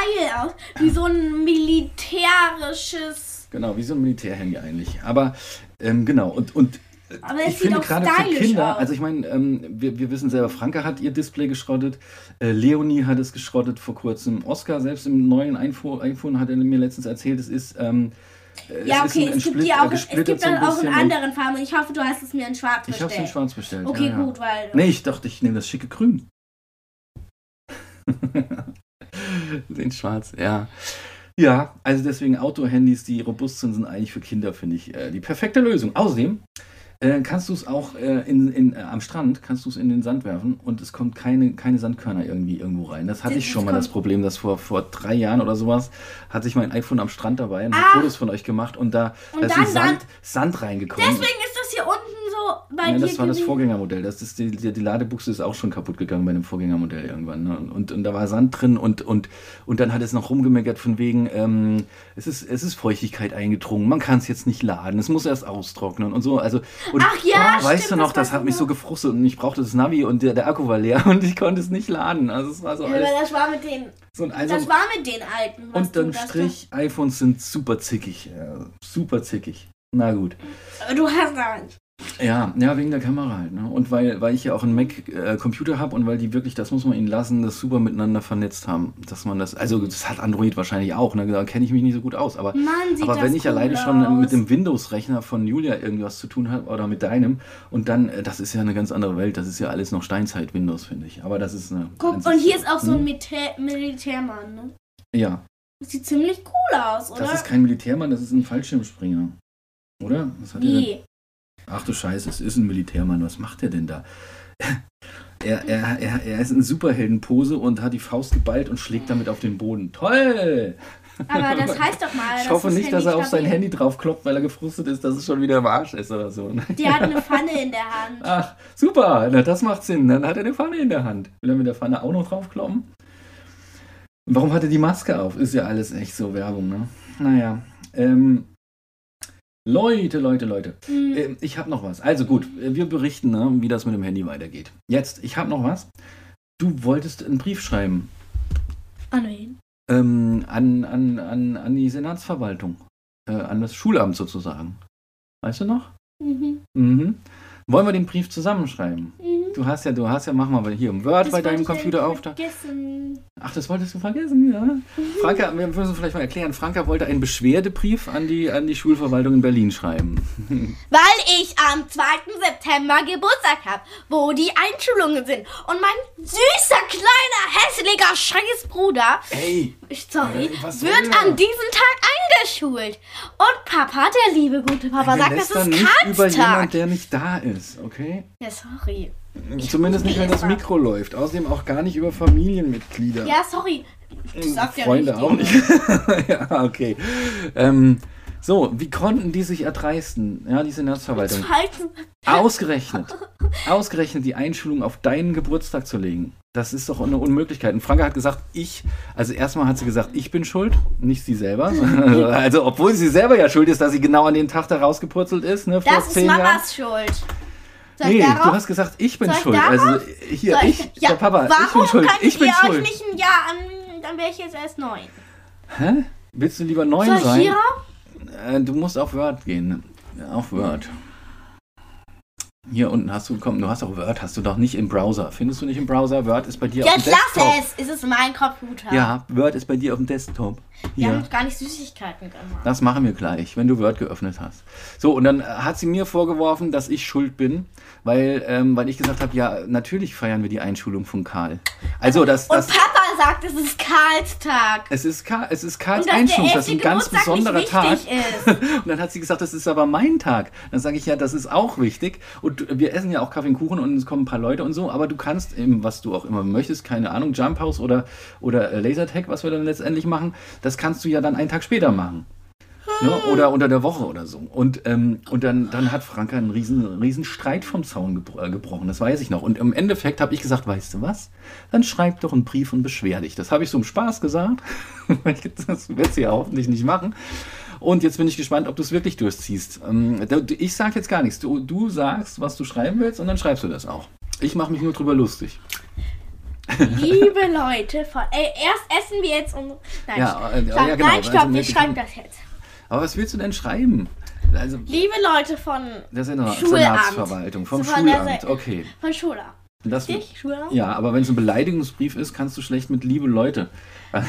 B: aus, wie so ein militärisches.
A: Genau, wie so ein Militärhandy eigentlich. Aber ähm, genau, und, und
B: Aber es
A: ich
B: sieht
A: finde
B: auch
A: gerade für
B: stylisch
A: Kinder,
B: aus.
A: also ich meine, ähm, wir, wir wissen selber, Franke hat ihr Display geschrottet, äh, Leonie hat es geschrottet vor kurzem, Oscar selbst im neuen iPhone, iPhone hat er mir letztens erzählt, es ist, ähm, äh,
B: ja,
A: ist
B: okay, es gibt die auch,
A: äh,
B: es
A: gesplittert
B: gibt
A: so ein
B: dann auch in
A: bisschen
B: anderen Farben. Ich hoffe, du hast es mir in schwarz
A: und Ich habe
B: bestellt.
A: es in schwarz bestellt.
B: Okay,
A: ja, ja.
B: gut, weil.
A: Nee, ich dachte, ich nehme das schicke Grün. Den Schwarz, ja. Ja, also deswegen Outdoor-Handys, die robust sind, sind eigentlich für Kinder, finde ich, äh, die perfekte Lösung. Außerdem äh, kannst du es auch äh, in, in, äh, am Strand, kannst du es in den Sand werfen und es kommt keine, keine Sandkörner irgendwie irgendwo rein. Das hatte
B: Das-
A: ich schon
B: das
A: mal das
B: kommt-
A: Problem, dass vor, vor drei Jahren oder sowas hatte ich mein iPhone am Strand dabei und habe
B: Ah.
A: Fotos von euch gemacht und da,
B: Und
A: da ist
B: dann
A: ein Sand, Sand reingekommen.
B: Deswegen ist das hier unten so bei dir
A: Ja, das war das
B: gewesen.
A: Vorgängermodell. Das ist die, die, die Ladebuchse ist auch schon kaputt gegangen bei dem Vorgängermodell irgendwann. Ne? Und, und da war Sand drin und, und, und dann hat es noch rumgemeckert von wegen, ähm, es, ist, es ist Feuchtigkeit eingedrungen, man kann es jetzt nicht laden, es muss erst austrocknen und so. Also, und,
B: Ach ja,
A: oh, weißt
B: stimmt,
A: du noch,
B: das
A: das
B: war
A: hat mich
B: so.
A: so gefrustet und ich brauchte das Navi und der, der Akku war leer und ich konnte es nicht laden. Also es war so
B: Ja,
A: alles.
B: aber das war mit den.
A: So ein
B: Das
A: also,
B: war mit den alten. was du
A: unterm
B: das-
A: Strich, iPhones sind super zickig. Ja, super zickig. Na gut.
B: Aber du hast da nicht.
A: Ja, ja, wegen der Kamera halt. Ne? Und weil, weil ich ja auch einen Mac-Computer habe und weil die wirklich, das muss man ihnen lassen, das super miteinander vernetzt haben. Dass man das, also das hat Android wahrscheinlich auch, ne? da kenne ich mich nicht so gut aus. Aber,
B: Mann, sieht
A: aber
B: das
A: wenn ich
B: cool
A: alleine
B: aus.
A: schon mit dem Windows-Rechner von Julia irgendwas zu tun habe oder mit deinem und dann, äh, das ist ja eine ganz andere Welt, das ist ja alles noch Steinzeit-Windows, finde ich. Aber das ist eine.
B: Guck, und
A: Ansichtssache.
B: hier ist auch so ein
A: Hm?
B: Militär, Militärmann, ne?
A: Ja,
B: Das sieht ziemlich cool aus, oder?
A: das ist kein Militärmann, das ist ein Fallschirmspringer. Oder? Was hat er denn?
B: Wie?
A: Ach du Scheiße, es ist ein Militärmann, was macht er denn da? Er, er, er, er ist in Superheldenpose und hat die Faust geballt und schlägt damit auf den Boden. Toll!
B: Aber das heißt doch mal.
A: ich hoffe
B: Ah, das
A: nicht, dass er auf sein
B: stabil-
A: Handy draufkloppt, weil er gefrustet ist, dass es schon wieder im Arsch ist oder so. ne?
B: Der hat eine Pfanne in der Hand.
A: Ach, super, na, das macht Sinn. Dann hat er eine Pfanne in der Hand. Will er mit der Pfanne auch noch draufkloppen? Warum hat er die Maske auf? Ist ja alles echt so Werbung, ne? Naja. Ähm, Leute, Leute, Leute.
B: Mhm.
A: Ähm, ich habe noch was. Also gut, äh, wir berichten, ne, wie das mit dem Handy weitergeht. Jetzt, ich habe noch was. Du wolltest einen Brief schreiben
B: Ah, nein.
A: ähm, an, an, an, an die Senatsverwaltung, äh, an das Schulamt sozusagen. Weißt du noch?
B: Mhm.
A: Mhm. Wollen wir den Brief zusammenschreiben?
B: Mhm.
A: Du hast ja, du hast ja, mach mal hier im Word
B: Das
A: bei
B: wollte
A: deinem
B: ich ja
A: Computer
B: nicht Mhm.
A: auf. Da.
B: Vergessen.
A: Ach, das wolltest du vergessen, ja. Franka, wir müssen vielleicht mal erklären, Franka wollte einen Beschwerdebrief an die, an die Schulverwaltung in Berlin schreiben.
B: Weil ich am 2. September Geburtstag habe, wo die Einschulungen sind. Und mein süßer, kleiner, hässlicher Scheißbruder,
A: Hey,
B: sorry,
A: Äh, was soll
B: wird
A: der?
B: an diesem Tag eingeschult. Und Papa, der liebe, gute Papa,
A: wir
B: sagt, das
A: lästern
B: ist
A: nicht über jemand,
B: Karlstag.
A: der nicht da ist, okay?
B: Ja, sorry.
A: Zumindest nicht, wenn das Mikro läuft. Außerdem auch gar nicht über Familienmitglieder.
B: Ja, sorry. Du sagst ja
A: Äh, Freunde
B: nicht,
A: auch
B: Junge.
A: nicht. ja, okay. Ähm, so, wie konnten die sich erdreisten? Ja, die Senatsverwaltung.
B: Zweiten-
A: Ausgerechnet. Ausgerechnet die Einschulung auf deinen Geburtstag zu legen. Das ist doch eine Unmöglichkeit. Und Franke hat gesagt, ich, also erstmal hat sie gesagt, ich bin schuld, nicht sie selber. Also, obwohl sie selber ja schuld ist, dass sie genau an dem Tag da rausgepurzelt ist, ne, vor
B: Das ist
A: zehn Jahren.
B: Mamas Schuld. Soll
A: Nee,
B: ich
A: du
B: darauf?
A: hast gesagt, ich bin
B: Soll ich
A: schuld.
B: darauf?
A: Also hier,
B: Soll
A: ich, der Papa,
B: warum
A: ich bin schuld.
B: könnt
A: Ich bin
B: ihr
A: schuld.
B: euch nicht ein Jahr an... Dann wäre ich jetzt erst neun.
A: Hä? Willst du lieber neun
B: Soll ich
A: sein?
B: hier rauf?
A: Äh, du musst auf Word gehen. Auf Word. Hier unten hast du, komm, du hast auch Word, hast du doch nicht im Browser. Findest du nicht im Browser? Word ist bei dir auf
B: Jetzt
A: dem
B: lass
A: Desktop.
B: es. Es ist mein Computer.
A: Ja, Word ist bei dir auf dem Desktop.
B: Wir
A: Hier.
B: haben gar nicht Süßigkeiten gemacht.
A: Das machen wir gleich, wenn du Word geöffnet hast. So, und dann äh, hat sie mir vorgeworfen, dass ich schuld bin, weil, ähm, weil ich gesagt habe, ja, natürlich feiern wir die Einschulung von Karl. Also, das,
B: Und
A: das,
B: Papa sagt, es ist Karlstag.
A: Es ist, Ka es ist
B: Und
A: Karls
B: dass der
A: Einschulung, das ist
B: elfte
A: ein ganz
B: Geburtstag
A: besonderer
B: nicht
A: Tag.
B: wichtig ist.
A: Und dann hat sie gesagt, das ist aber mein Tag. Dann sage ich, ja, das ist auch wichtig. Und wir essen ja auch Kaffee und Kuchen und es kommen ein paar Leute und so. Aber du kannst eben, was du auch immer möchtest, keine Ahnung, Jump House oder, oder äh, Lasertag, was wir dann letztendlich machen, das kannst du ja dann einen Tag später machen. Ne? Oder unter der Woche oder so. Und, ähm, und dann, dann hat Franka einen riesen, riesen Streit vom Zaun gebro äh, gebrochen, das weiß ich noch. Und im Endeffekt habe ich gesagt, weißt du was? Dann schreib doch einen Brief und beschwer dich. Das habe ich so im Spaß gesagt. das wird sie ja hoffentlich nicht machen. Und jetzt bin ich gespannt, ob du es wirklich durchziehst. Ähm, da- ich sage jetzt gar nichts. Du, du sagst, was du schreiben willst und dann schreibst du das auch. Ich mache mich nur drüber lustig.
B: Liebe Leute, von, ey, erst essen wir jetzt und. Nein,
A: Ja, äh,
B: stopp,
A: ja, genau.
B: nein, stopp,
A: Also,
B: wir
A: wir-
B: schreiben das jetzt.
A: Aber was willst du denn schreiben? Also,
B: Liebe Leute von,
A: das ist ja eine
B: Schulamt.
A: Senatsverwaltung, vom
B: So von der
A: Schulamt.
B: Seite.
A: Okay.
B: von Schula.
A: Das,
B: Dich, Schula?
A: ja, aber wenn es ein Beleidigungsbrief ist, kannst du schlecht mit liebe Leute.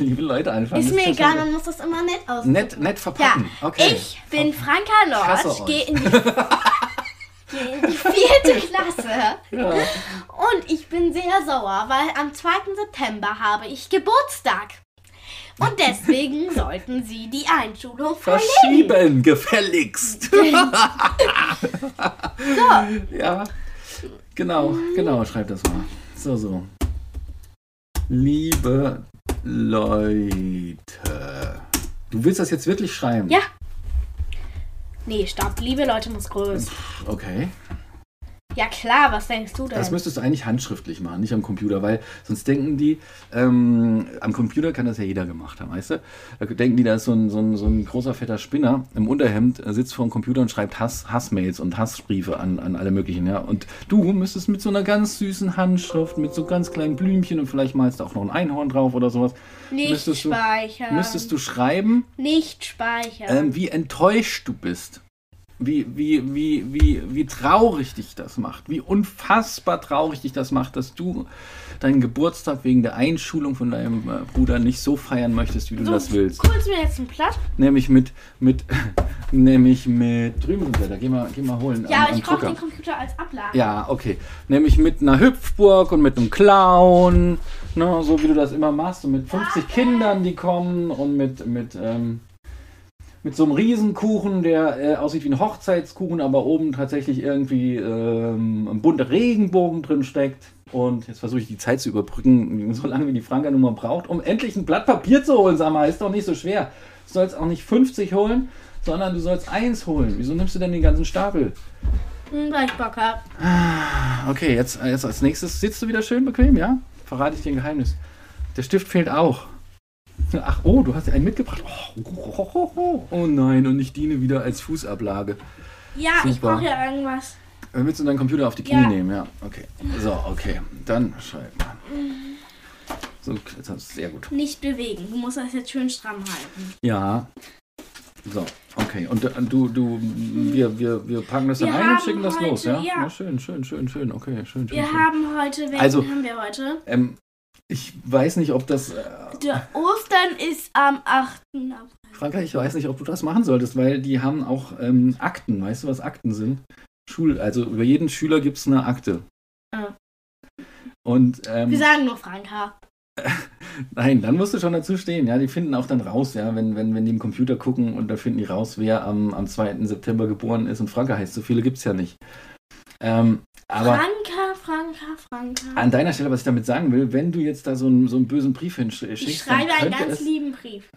A: liebe Leute anfangen.
B: Ist
A: Das
B: mir egal,
A: ja
B: man muss das immer nett
A: schon-
B: ausdrücken.
A: Nett, nett
B: Ja,
A: verpacken. Okay.
B: ich bin Franka
A: hasse
B: Lorsch,
A: euch.
B: gehe in, die- geh in die vierte Klasse
A: Ja.
B: und ich bin sehr sauer, weil am 2. September habe ich Geburtstag. Und deswegen sollten Sie die Einschulung verlegen.
A: Verschieben, gefälligst.
B: So,
A: Ja, genau, genau, schreib das mal. So, so. Liebe Leute. Du willst das jetzt wirklich schreiben?
B: ja. Nee, stopp, liebe Leute, muss groß.
A: Okay.
B: Ja klar, was denkst du denn?
A: Das müsstest du eigentlich handschriftlich machen, nicht am Computer, weil sonst denken die, ähm, am Computer kann das ja jeder gemacht haben, weißt du? Da denken die, da ist so ein, so ein, so ein großer, fetter Spinner im Unterhemd, äh, sitzt vor dem Computer und schreibt Hass, Hassmails und Hassbriefe an, an alle möglichen, ja. Und du müsstest mit so einer ganz süßen Handschrift, mit so ganz kleinen Blümchen und vielleicht malst du auch noch ein Einhorn drauf oder sowas,
B: nicht
A: müsstest du-
B: speichern.
A: müsstest du schreiben,
B: nicht speichern.
A: ähm, wie enttäuscht du bist. Wie, wie, wie, wie, wie traurig dich das macht. Wie unfassbar traurig dich das macht, dass du deinen Geburtstag wegen der Einschulung von deinem äh, Bruder nicht so feiern möchtest, wie du das willst.
B: Holst du mir jetzt ein Blatt?
A: Nämlich mit, mit, nämlich mit, drüben sind wir, da geh mal, geh mal holen.
B: Ja,
A: am-
B: aber
A: am
B: ich brauche
A: Drucker.
B: den Computer als Ablage.
A: Ja, okay. Nämlich mit einer Hüpfburg und mit einem Clown, ne, so wie du das immer machst, und mit 50 Kindern, die kommen und mit, mit, ähm, mit so einem Riesenkuchen, der äh, aussieht wie ein Hochzeitskuchen, aber oben tatsächlich irgendwie ähm, ein bunter Regenbogen drin steckt. Und jetzt versuche ich die Zeit zu überbrücken, so lange wie die Franka nun mal braucht, um endlich ein Blatt Papier zu holen, sag mal, ist doch nicht so schwer. Du sollst auch nicht 50 holen, sondern du sollst eins holen. Wieso nimmst du denn den ganzen Stapel?
B: Hm, weil ich Bock hab.
A: Okay, jetzt, jetzt als nächstes sitzt du wieder schön bequem, ja? Verrate ich dir ein Geheimnis. Der Stift fehlt auch. Ach, oh, du hast dir einen mitgebracht. Oh, oh, oh, oh, oh. oh nein, und ich diene wieder als Fußablage.
B: Ja, ich
A: Super.
B: brauche ja irgendwas.
A: Dann willst du deinen Computer auf die Knie
B: Ja.
A: nehmen, ja? Okay. So, okay. Dann schreib mal. So, jetzt hast du sehr gut.
B: Nicht bewegen. Du musst das jetzt schön stramm halten.
A: Ja. So, okay. Und äh, du, du, wir, wir, wir packen das dann
B: Wir
A: ein und
B: haben
A: schicken das los,
B: heute-
A: ja?
B: ja.
A: schön, schön, schön, schön. Okay, schön, schön.
B: Wir
A: schön.
B: haben heute, welchen
A: Also-
B: haben wir heute?
A: Ähm, ich weiß nicht, ob das. Äh,
B: Der Ostern ist am 8. April.
A: Franka, ich weiß nicht, ob du das machen solltest, weil die haben auch ähm, Akten. Weißt du, was Akten sind? Schul, also über jeden Schüler gibt es eine Akte.
B: Ah.
A: Und
B: Wir
A: ähm,
B: sagen nur Franka.
A: nein, dann musst du schon dazu stehen. Ja, die finden auch dann raus, ja, wenn, wenn, wenn die im Computer gucken und da finden die raus, wer am, am 2. September geboren ist und Franka heißt. So viele gibt es ja nicht. Ähm, aber
B: Franka, Franka, Franka.
A: an deiner Stelle, was ich damit sagen will, wenn du jetzt da so einen, so einen bösen Brief hinschickst,
B: ich
A: dann
B: schreibe einen
A: könnte
B: ganz
A: es-
B: lieben Brief.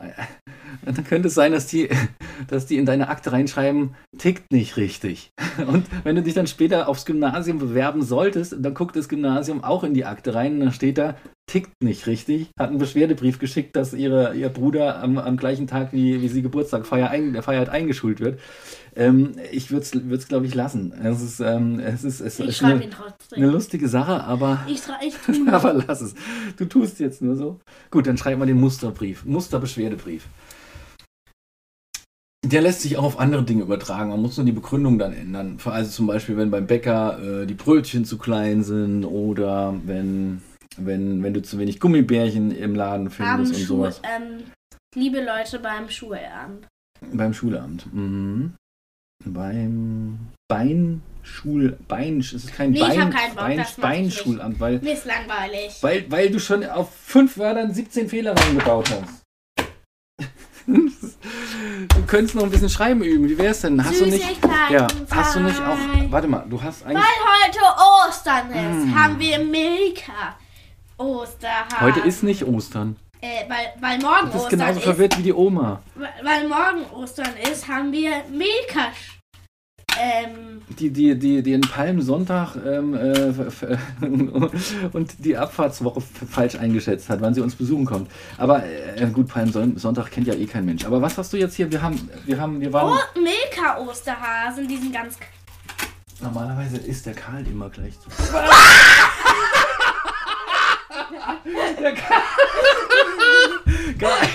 A: Dann könnte es sein, dass die, dass die in deine Akte reinschreiben, tickt nicht richtig. Und wenn du dich dann später aufs Gymnasium bewerben solltest, dann guckt das Gymnasium auch in die Akte rein und dann steht da, tickt nicht richtig, hat einen Beschwerdebrief geschickt, dass ihre, ihr Bruder am, am gleichen Tag, wie, wie sie Geburtstag feier, ein, feiert, eingeschult wird. Ähm, ich würde es, glaube ich, lassen. Es ist, ähm, es ist, es
B: Ich
A: ist
B: schreibe
A: eine,
B: ihn trotzdem.
A: eine lustige Sache, aber...
B: Ich schreibe, ich tu ihn.
A: Aber lass es. Du tust jetzt nur so. Gut, dann schreib mal den Musterbrief. Musterbeschwerdebrief. Der lässt sich auch auf andere Dinge übertragen. Man muss nur die Begründung dann ändern. Also zum Beispiel, wenn beim Bäcker äh, die Brötchen zu klein sind oder wenn, wenn, wenn du zu wenig Gummibärchen im Laden
B: Am
A: findest und
B: Schul,
A: sowas.
B: ähm, liebe Leute beim Schulamt.
A: Beim Schulamt. Mhm. Beim Bein. Schul, Bein, es ist kein
B: Nee, ich
A: Bein,
B: hab keinen Bock,
A: Bein,
B: das mach ich nicht.
A: Beinschulamt, weil
B: Mir ist langweilig.
A: Weil, weil du schon auf fünf Wörtern 17 Fehler reingebaut hast. du könntest noch ein bisschen schreiben üben. Wie wär's denn? Hast du nicht.
B: Süßigkeiten
A: Ja, hast du nicht auch.
B: frei.
A: Warte mal, du hast eigentlich.
B: Weil heute Ostern ist,
A: Mm.
B: haben wir Milka. Osterhasen.
A: Heute ist nicht Ostern.
B: Äh, weil, weil morgen
A: Du bist
B: Ostern
A: genauso
B: ist.
A: verwirrt wie die Oma.
B: Weil weil morgen Ostern ist, haben wir Milka. sch- Ähm.
A: Die, die, die, die den Palmsonntag ähm, äh, f- f- und die Abfahrtswoche f- falsch eingeschätzt hat, wann sie uns besuchen kommt. Aber äh, gut, Palmsonntag kennt ja eh kein Mensch. Aber was hast du jetzt hier? Wir haben, wir haben, wir waren.
B: Oh, Milka Osterhasen, die sind ganz.
A: Normalerweise ist der Karl immer gleich zu. der Karl, Karl, Karl,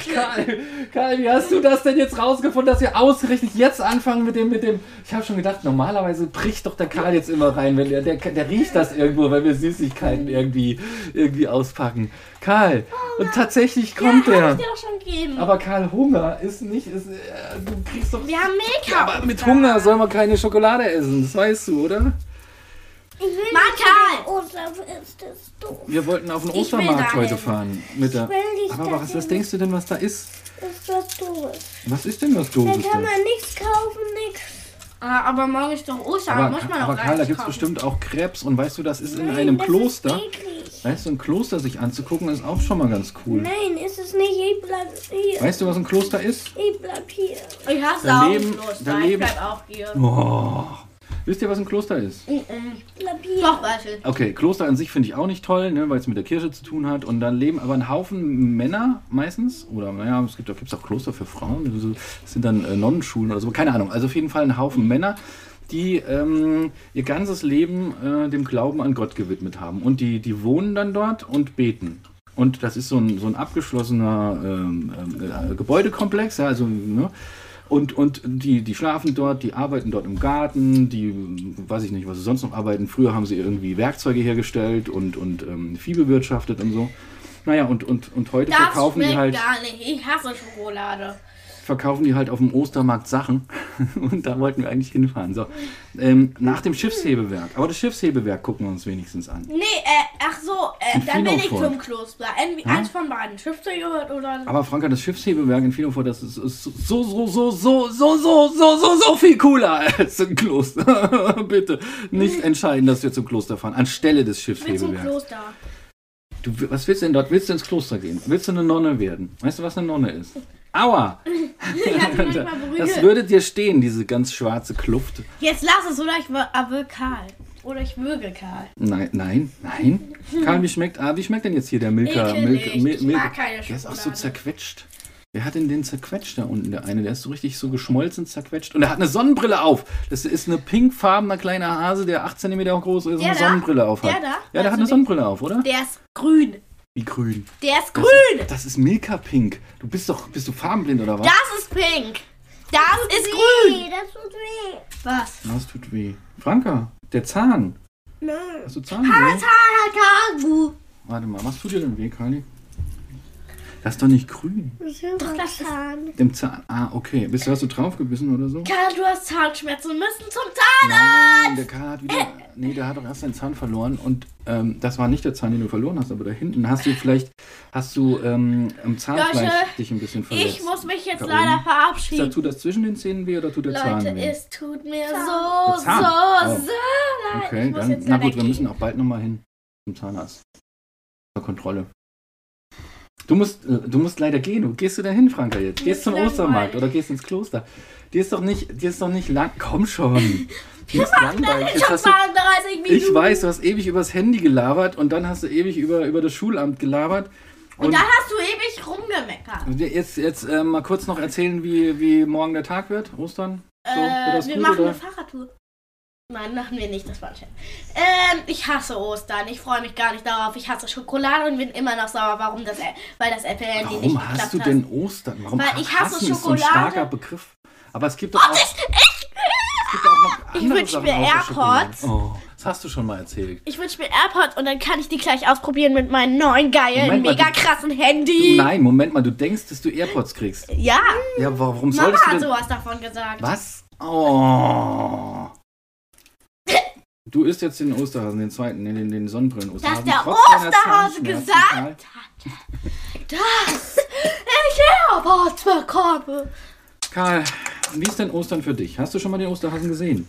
A: Karl, Karl, wie hast du das denn jetzt rausgefunden, dass wir ausgerechnet jetzt anfangen mit dem, mit dem. Ich habe schon gedacht, normalerweise bricht doch der Karl jetzt immer rein, wenn der, der, der riecht das irgendwo, weil wir Süßigkeiten irgendwie, irgendwie auspacken. Karl, und tatsächlich kommt
B: Oh ja,
A: er.
B: Hab ich dir doch schon gegeben.
A: Aber Karl, Hunger ist nicht. Ist, äh, du kriegst doch.
B: wir haben Milka.
A: Ja, aber mit Hunger soll man keine Schokolade essen, das weißt du, oder?
C: Ich will
B: Mann,
C: nicht
B: Karl!
C: auf den Osterfest, das ist doof.
A: Wir wollten auf den
B: will
A: Ostermarkt
B: dahin.
A: heute fahren. Mit der
C: will nicht
A: aber was,
C: dahin.
A: was denkst du denn, was da ist?
C: Ist was doof.
A: Was ist denn das
C: Da
A: Doofes?
C: kann
A: denn?
C: man nichts kaufen, nichts.
B: Ah, aber morgen ist doch Ostern,
A: Aber,
B: muss man doch
A: aber Karl, da
B: reinkaufen.
A: gibt es bestimmt auch Krebs und weißt du, das ist in
C: Nein,
A: einem
C: das
A: Kloster.
C: Ist eklig.
A: Weißt du, ein Kloster sich anzugucken ist auch schon mal ganz cool.
C: Nein, ist es nicht. Ich bleib hier.
A: Weißt du, was ein Kloster ist?
C: Ich bleib hier.
B: Ich hasse
A: Da
B: auch
A: leben-
B: nicht los,
A: da
B: da ich
A: leben-
B: bleib auch hier.
A: Oh. Wisst ihr, was ein Kloster ist?
C: Ich bleib hier.
B: Doch, weiß ich.
A: Okay, Kloster an sich finde ich auch nicht toll, ne, weil es mit der Kirche zu tun hat. Und dann leben aber ein Haufen Männer meistens. Oder naja, es gibt gibt's auch Kloster für Frauen. so- Das sind dann äh, Nonnenschulen oder so. Keine Ahnung. Also auf jeden Fall ein Haufen Männer, die ähm, ihr ganzes Leben äh, dem Glauben an Gott gewidmet haben. Und die, die wohnen dann dort und beten. Und das ist so ein, so ein abgeschlossener ähm, ähm, äh, Gebäudekomplex. Ja, also, ne, und, und die, die schlafen dort, die arbeiten dort im Garten, die ähm, weiß ich nicht, was sie sonst noch arbeiten. Früher haben sie irgendwie Werkzeuge hergestellt und, und ähm, Vieh bewirtschaftet und so. Naja, und, und, und heute
B: Das
A: verkaufen die
B: schmeckt
A: halt
B: gar nicht. Ich hasse Schokolade.
A: verkaufen die halt auf dem Ostermarkt Sachen und da wollten wir eigentlich hinfahren. So, ähm, nach dem Schiffshebewerk. Aber das Schiffshebewerk gucken wir uns wenigstens an.
B: Nee, äh, ach so, äh,
A: Ein
B: dann bin ich
A: Fliehnaufwand.
B: zum Kloster. Irgendwie
A: Hm?
B: eins von beiden. Schiffte gehört oder.
A: Aber Franka, das Schiffshebewerk in Finofort, das ist, ist so, so, so, so, so, so, so, so, so viel cooler als ein Kloster. Bitte nicht entscheiden, dass wir zum Kloster fahren, anstelle des
B: Ich will zum
A: Schiffshebewerks.
B: Kloster.
A: Du, was willst du denn dort? Willst du ins Kloster gehen? Willst du eine Nonne werden? Weißt du, was eine Nonne ist? Aua!
B: Ich hab mich manchmal
A: Das
B: berührt.
A: würde dir stehen, diese ganz schwarze Kluft.
B: Jetzt lass es, oder ich wür- ah, will Karl. Oder ich würge Karl.
A: Nein, nein, nein. Karl, wie schmeckt, ah, wie schmeckt denn jetzt hier der Milka?
B: Ekelig.
A: Milka,
B: Hm. Ich mag keine
A: der ist auch so
B: Schokolade.
A: zerquetscht. Wer hat denn den zerquetscht da unten, der eine? Der ist so richtig so geschmolzen, zerquetscht. Und er hat eine Sonnenbrille auf. Das ist eine pinkfarbener kleiner Hase, der 8 cm groß ist und
B: Der
A: eine
B: da?
A: Sonnenbrille auf hat.
B: Der da?
A: Ja,
B: Meinst
A: der
B: du
A: hat eine
B: den?
A: Sonnenbrille auf, oder?
B: Der ist grün.
A: Wie grün.
B: Der ist grün.
A: Das ist Milka Pink. Du bist doch, bist du farbenblind oder was?
B: Das ist pink. Das ist grün.
C: Nee, das tut weh.
B: Was?
A: Das tut weh. Franka, der Zahn.
C: Nein.
A: Hast du Zahnweh?
B: Kargu.
A: Warte mal, was tut dir denn weh, Kali? Das ist doch nicht grün.
C: Das ist doch
B: das ist-
C: Zahn.
A: Im Zahn. Ah, okay. Bist du, hast du draufgebissen oder so?
B: Karl, du hast Zahnschmerzen. Wir müssen zum Zahnarzt.
A: Nein, der Karl hat wieder. Nee, der hat doch erst seinen Zahn verloren. Und ähm, das war nicht der Zahn, den du verloren hast, aber da hinten hast du vielleicht. Hast du ähm, im Zahnfleisch
B: Leute,
A: dich ein bisschen verletzt.
B: Ich muss mich jetzt
A: Da
B: leider
A: oben. Ist da,
B: verabschieden.
A: tut das zwischen den Zähnen weh oder tut der Zahn
B: Leute,
A: weh?
B: es tut mir
C: Zahn.
B: so, so,
A: Der Zahn. Oh.
B: so leid.
A: okay,
B: ich muss
A: dann.
B: jetzt
A: Na
B: leider
A: gut, wir
B: gehen.
A: müssen auch bald nochmal hin zum Zahnarzt. Zur Kontrolle. Du musst, äh, du musst leider gehen. Wo gehst du denn hin, Franka, jetzt? Gehst zum
B: langweilig.
A: Ostermarkt oder gehst ins Kloster? Dir ist doch nicht, dir ist doch nicht lang. Komm schon. Dir ist langweilig. Jetzt
B: Schon
A: hast du
B: 32 Minuten.
A: Ich weiß, du hast ewig übers Handy gelabert und dann hast du ewig über, über das Schulamt gelabert.
B: Und,
A: Und,
B: dann hast du ewig rumgemeckert.
A: jetzt, jetzt äh, mal kurz noch erzählen, wie, wie morgen der Tag wird, Ostern. So, wird
B: äh,
A: das
B: wir
A: gut,
B: machen
A: oder?
B: eine Fahrradtour. Nein, machen wir nicht, das war ein Scherz. Ähm, ich hasse Ostern. Ich freue mich gar nicht darauf. Ich hasse Schokolade und bin immer noch sauer, warum das, Ä- weil das Apple Handy nicht
A: Warum hast
B: geklappt
A: du
B: hat.
A: denn Ostern? Warum
B: Weil ich hasse
A: Hassen ist so ein
B: Schokolade. Oh,
A: starker Begriff. Aber es gibt doch auch, es gibt auch noch andere
B: Ich wünsch
A: Sachen
B: mir
A: außer Schokolade.
B: AirPods.
A: Oh, das hast du schon mal erzählt.
B: Ich wünsche mir AirPods und dann kann ich die gleich ausprobieren mit meinem neuen geilen,
A: Moment mal,
B: mega
A: du-
B: krassen
A: Du,
B: Handy.
A: nein, Moment mal, du denkst, dass du AirPods kriegst.
B: Ja,
A: Ja, warum
B: Mama
A: solltest du
B: hat
A: denn...
B: sowas davon gesagt.
A: Was? Oh. Du isst jetzt den Osterhasen, den zweiten, den, den, den Sonnenbrillen-Osterhasen.
B: Dass der
A: Trotz deiner
B: Osterhase
A: Zahnschmerzen, Karl.
B: gesagt hat, dass ich AirPods bekomme.
A: Karl, wie ist denn Ostern für dich? Hast du schon mal den Osterhasen gesehen?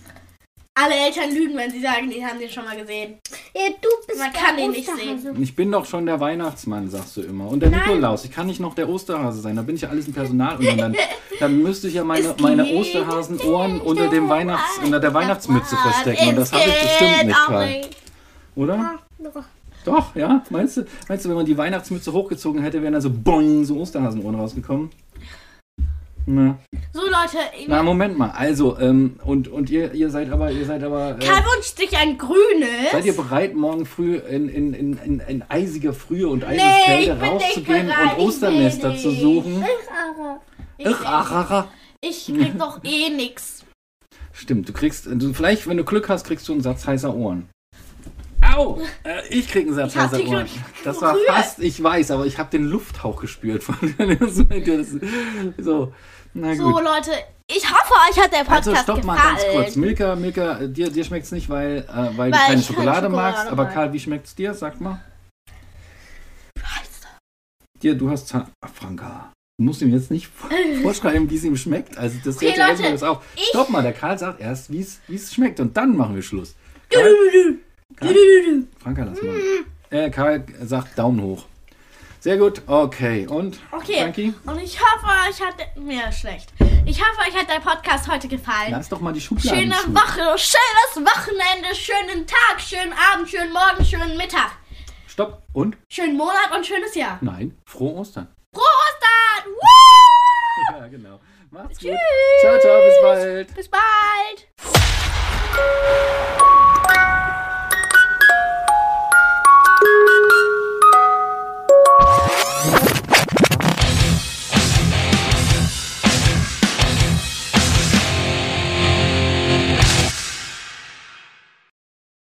B: Alle Eltern lügen, wenn sie sagen, die haben den schon mal gesehen.
C: Ja, du bist
B: Man
C: der
B: kann ihn nicht
C: Osterhase.
A: Ich bin doch schon der Weihnachtsmann, sagst du immer. Und der
B: Nein.
A: Nikolaus. Ich kann nicht noch der Osterhase sein. Da bin ich ja alles im Personal. Und dann, dann müsste ich ja meine,
B: Es
A: meine
B: geht
A: Osterhasenohren unter, dem Weihnachts, unter der Weihnachtsmütze verstecken. Und das habe ich
B: Es
A: bestimmt
B: geht
A: nicht,
B: auch
A: Karl.
B: nicht.
A: Oder?
C: Ah, doch.
A: Doch, ja. Meinst du, meinst du wenn man die Weihnachtsmütze hochgezogen hätte, wären da so boing, so Osterhasenohren rausgekommen? Na,
B: So, Leute, ich-
A: na Moment mal. Also, ähm, und, und ihr, ihr seid aber, ihr seid aber. Äh,
B: Kai wünscht sich ein grünes.
A: Seid ihr bereit, morgen früh in, in, in, in, in eisiger Frühe und eises
B: Nee,
A: Kälte
B: ich bin nicht
A: rauszugehen
B: bereit,
A: und
B: ich
A: Osternester
B: will
A: zu
B: nicht.
A: suchen?
B: ich,
A: Ach, ach, ach, ach.
B: ich krieg doch eh nix.
A: Stimmt, du kriegst, du, vielleicht, wenn du Glück hast, kriegst du einen Satz heißer Ohren. Au! Äh, ich krieg einen Satz
B: Ich hab
A: heißer
B: dich
A: Ohren.
B: schon
A: Das war
B: berührt.
A: fast, ich weiß, aber ich habe den Lufthauch gespürt. Von, das, das, so, na
B: So,
A: gut.
B: Leute, ich hoffe, euch hat der Podcast
A: Also stopp mal
B: gefallen.
A: ganz kurz. Milka, Milka, äh, dir, dir schmeckt's nicht, weil, äh, weil,
B: Weil
A: du keine
B: ich keine
A: Schokolade,
B: Schokolade
A: magst. Aber
B: mag.
A: Karl, wie schmeckt's dir? Sag mal. Dir, du hast Zahn. Ach, Franka. Du musst ihm jetzt nicht vor- vorschreiben, wie es ihm schmeckt. Also das
B: Okay,
A: hört ja
B: Leute,
A: irgendwann jetzt auf.
B: ich-
A: Stopp mal, der Karl sagt erst, wie es wie es schmeckt und dann machen wir Schluss.
B: Du,
A: Karl,
B: du, du, du, du, Mm. du.
A: Franka, lass mal. Äh, Karl sagt Daumen hoch. Sehr gut, okay. Und
B: Okay.
A: Frankie,
B: Und ich hoffe, euch hat der- mir ist schlecht. Ich hoffe, euch hat der Podcast heute gefallen.
A: lass doch mal die Schubladen
B: Schöne
A: zu.
B: Woche, schönes Wochenende, schönen Tag, schönen Abend, schönen Morgen, schönen Mittag,
A: Stopp und
B: schönen Monat und schönes Jahr.
A: nein, frohe Ostern.
B: Frohe Ostern! Woo!
A: Ja, genau. Macht's gut. Ciao, ciao, bis bald.
B: Bis bald!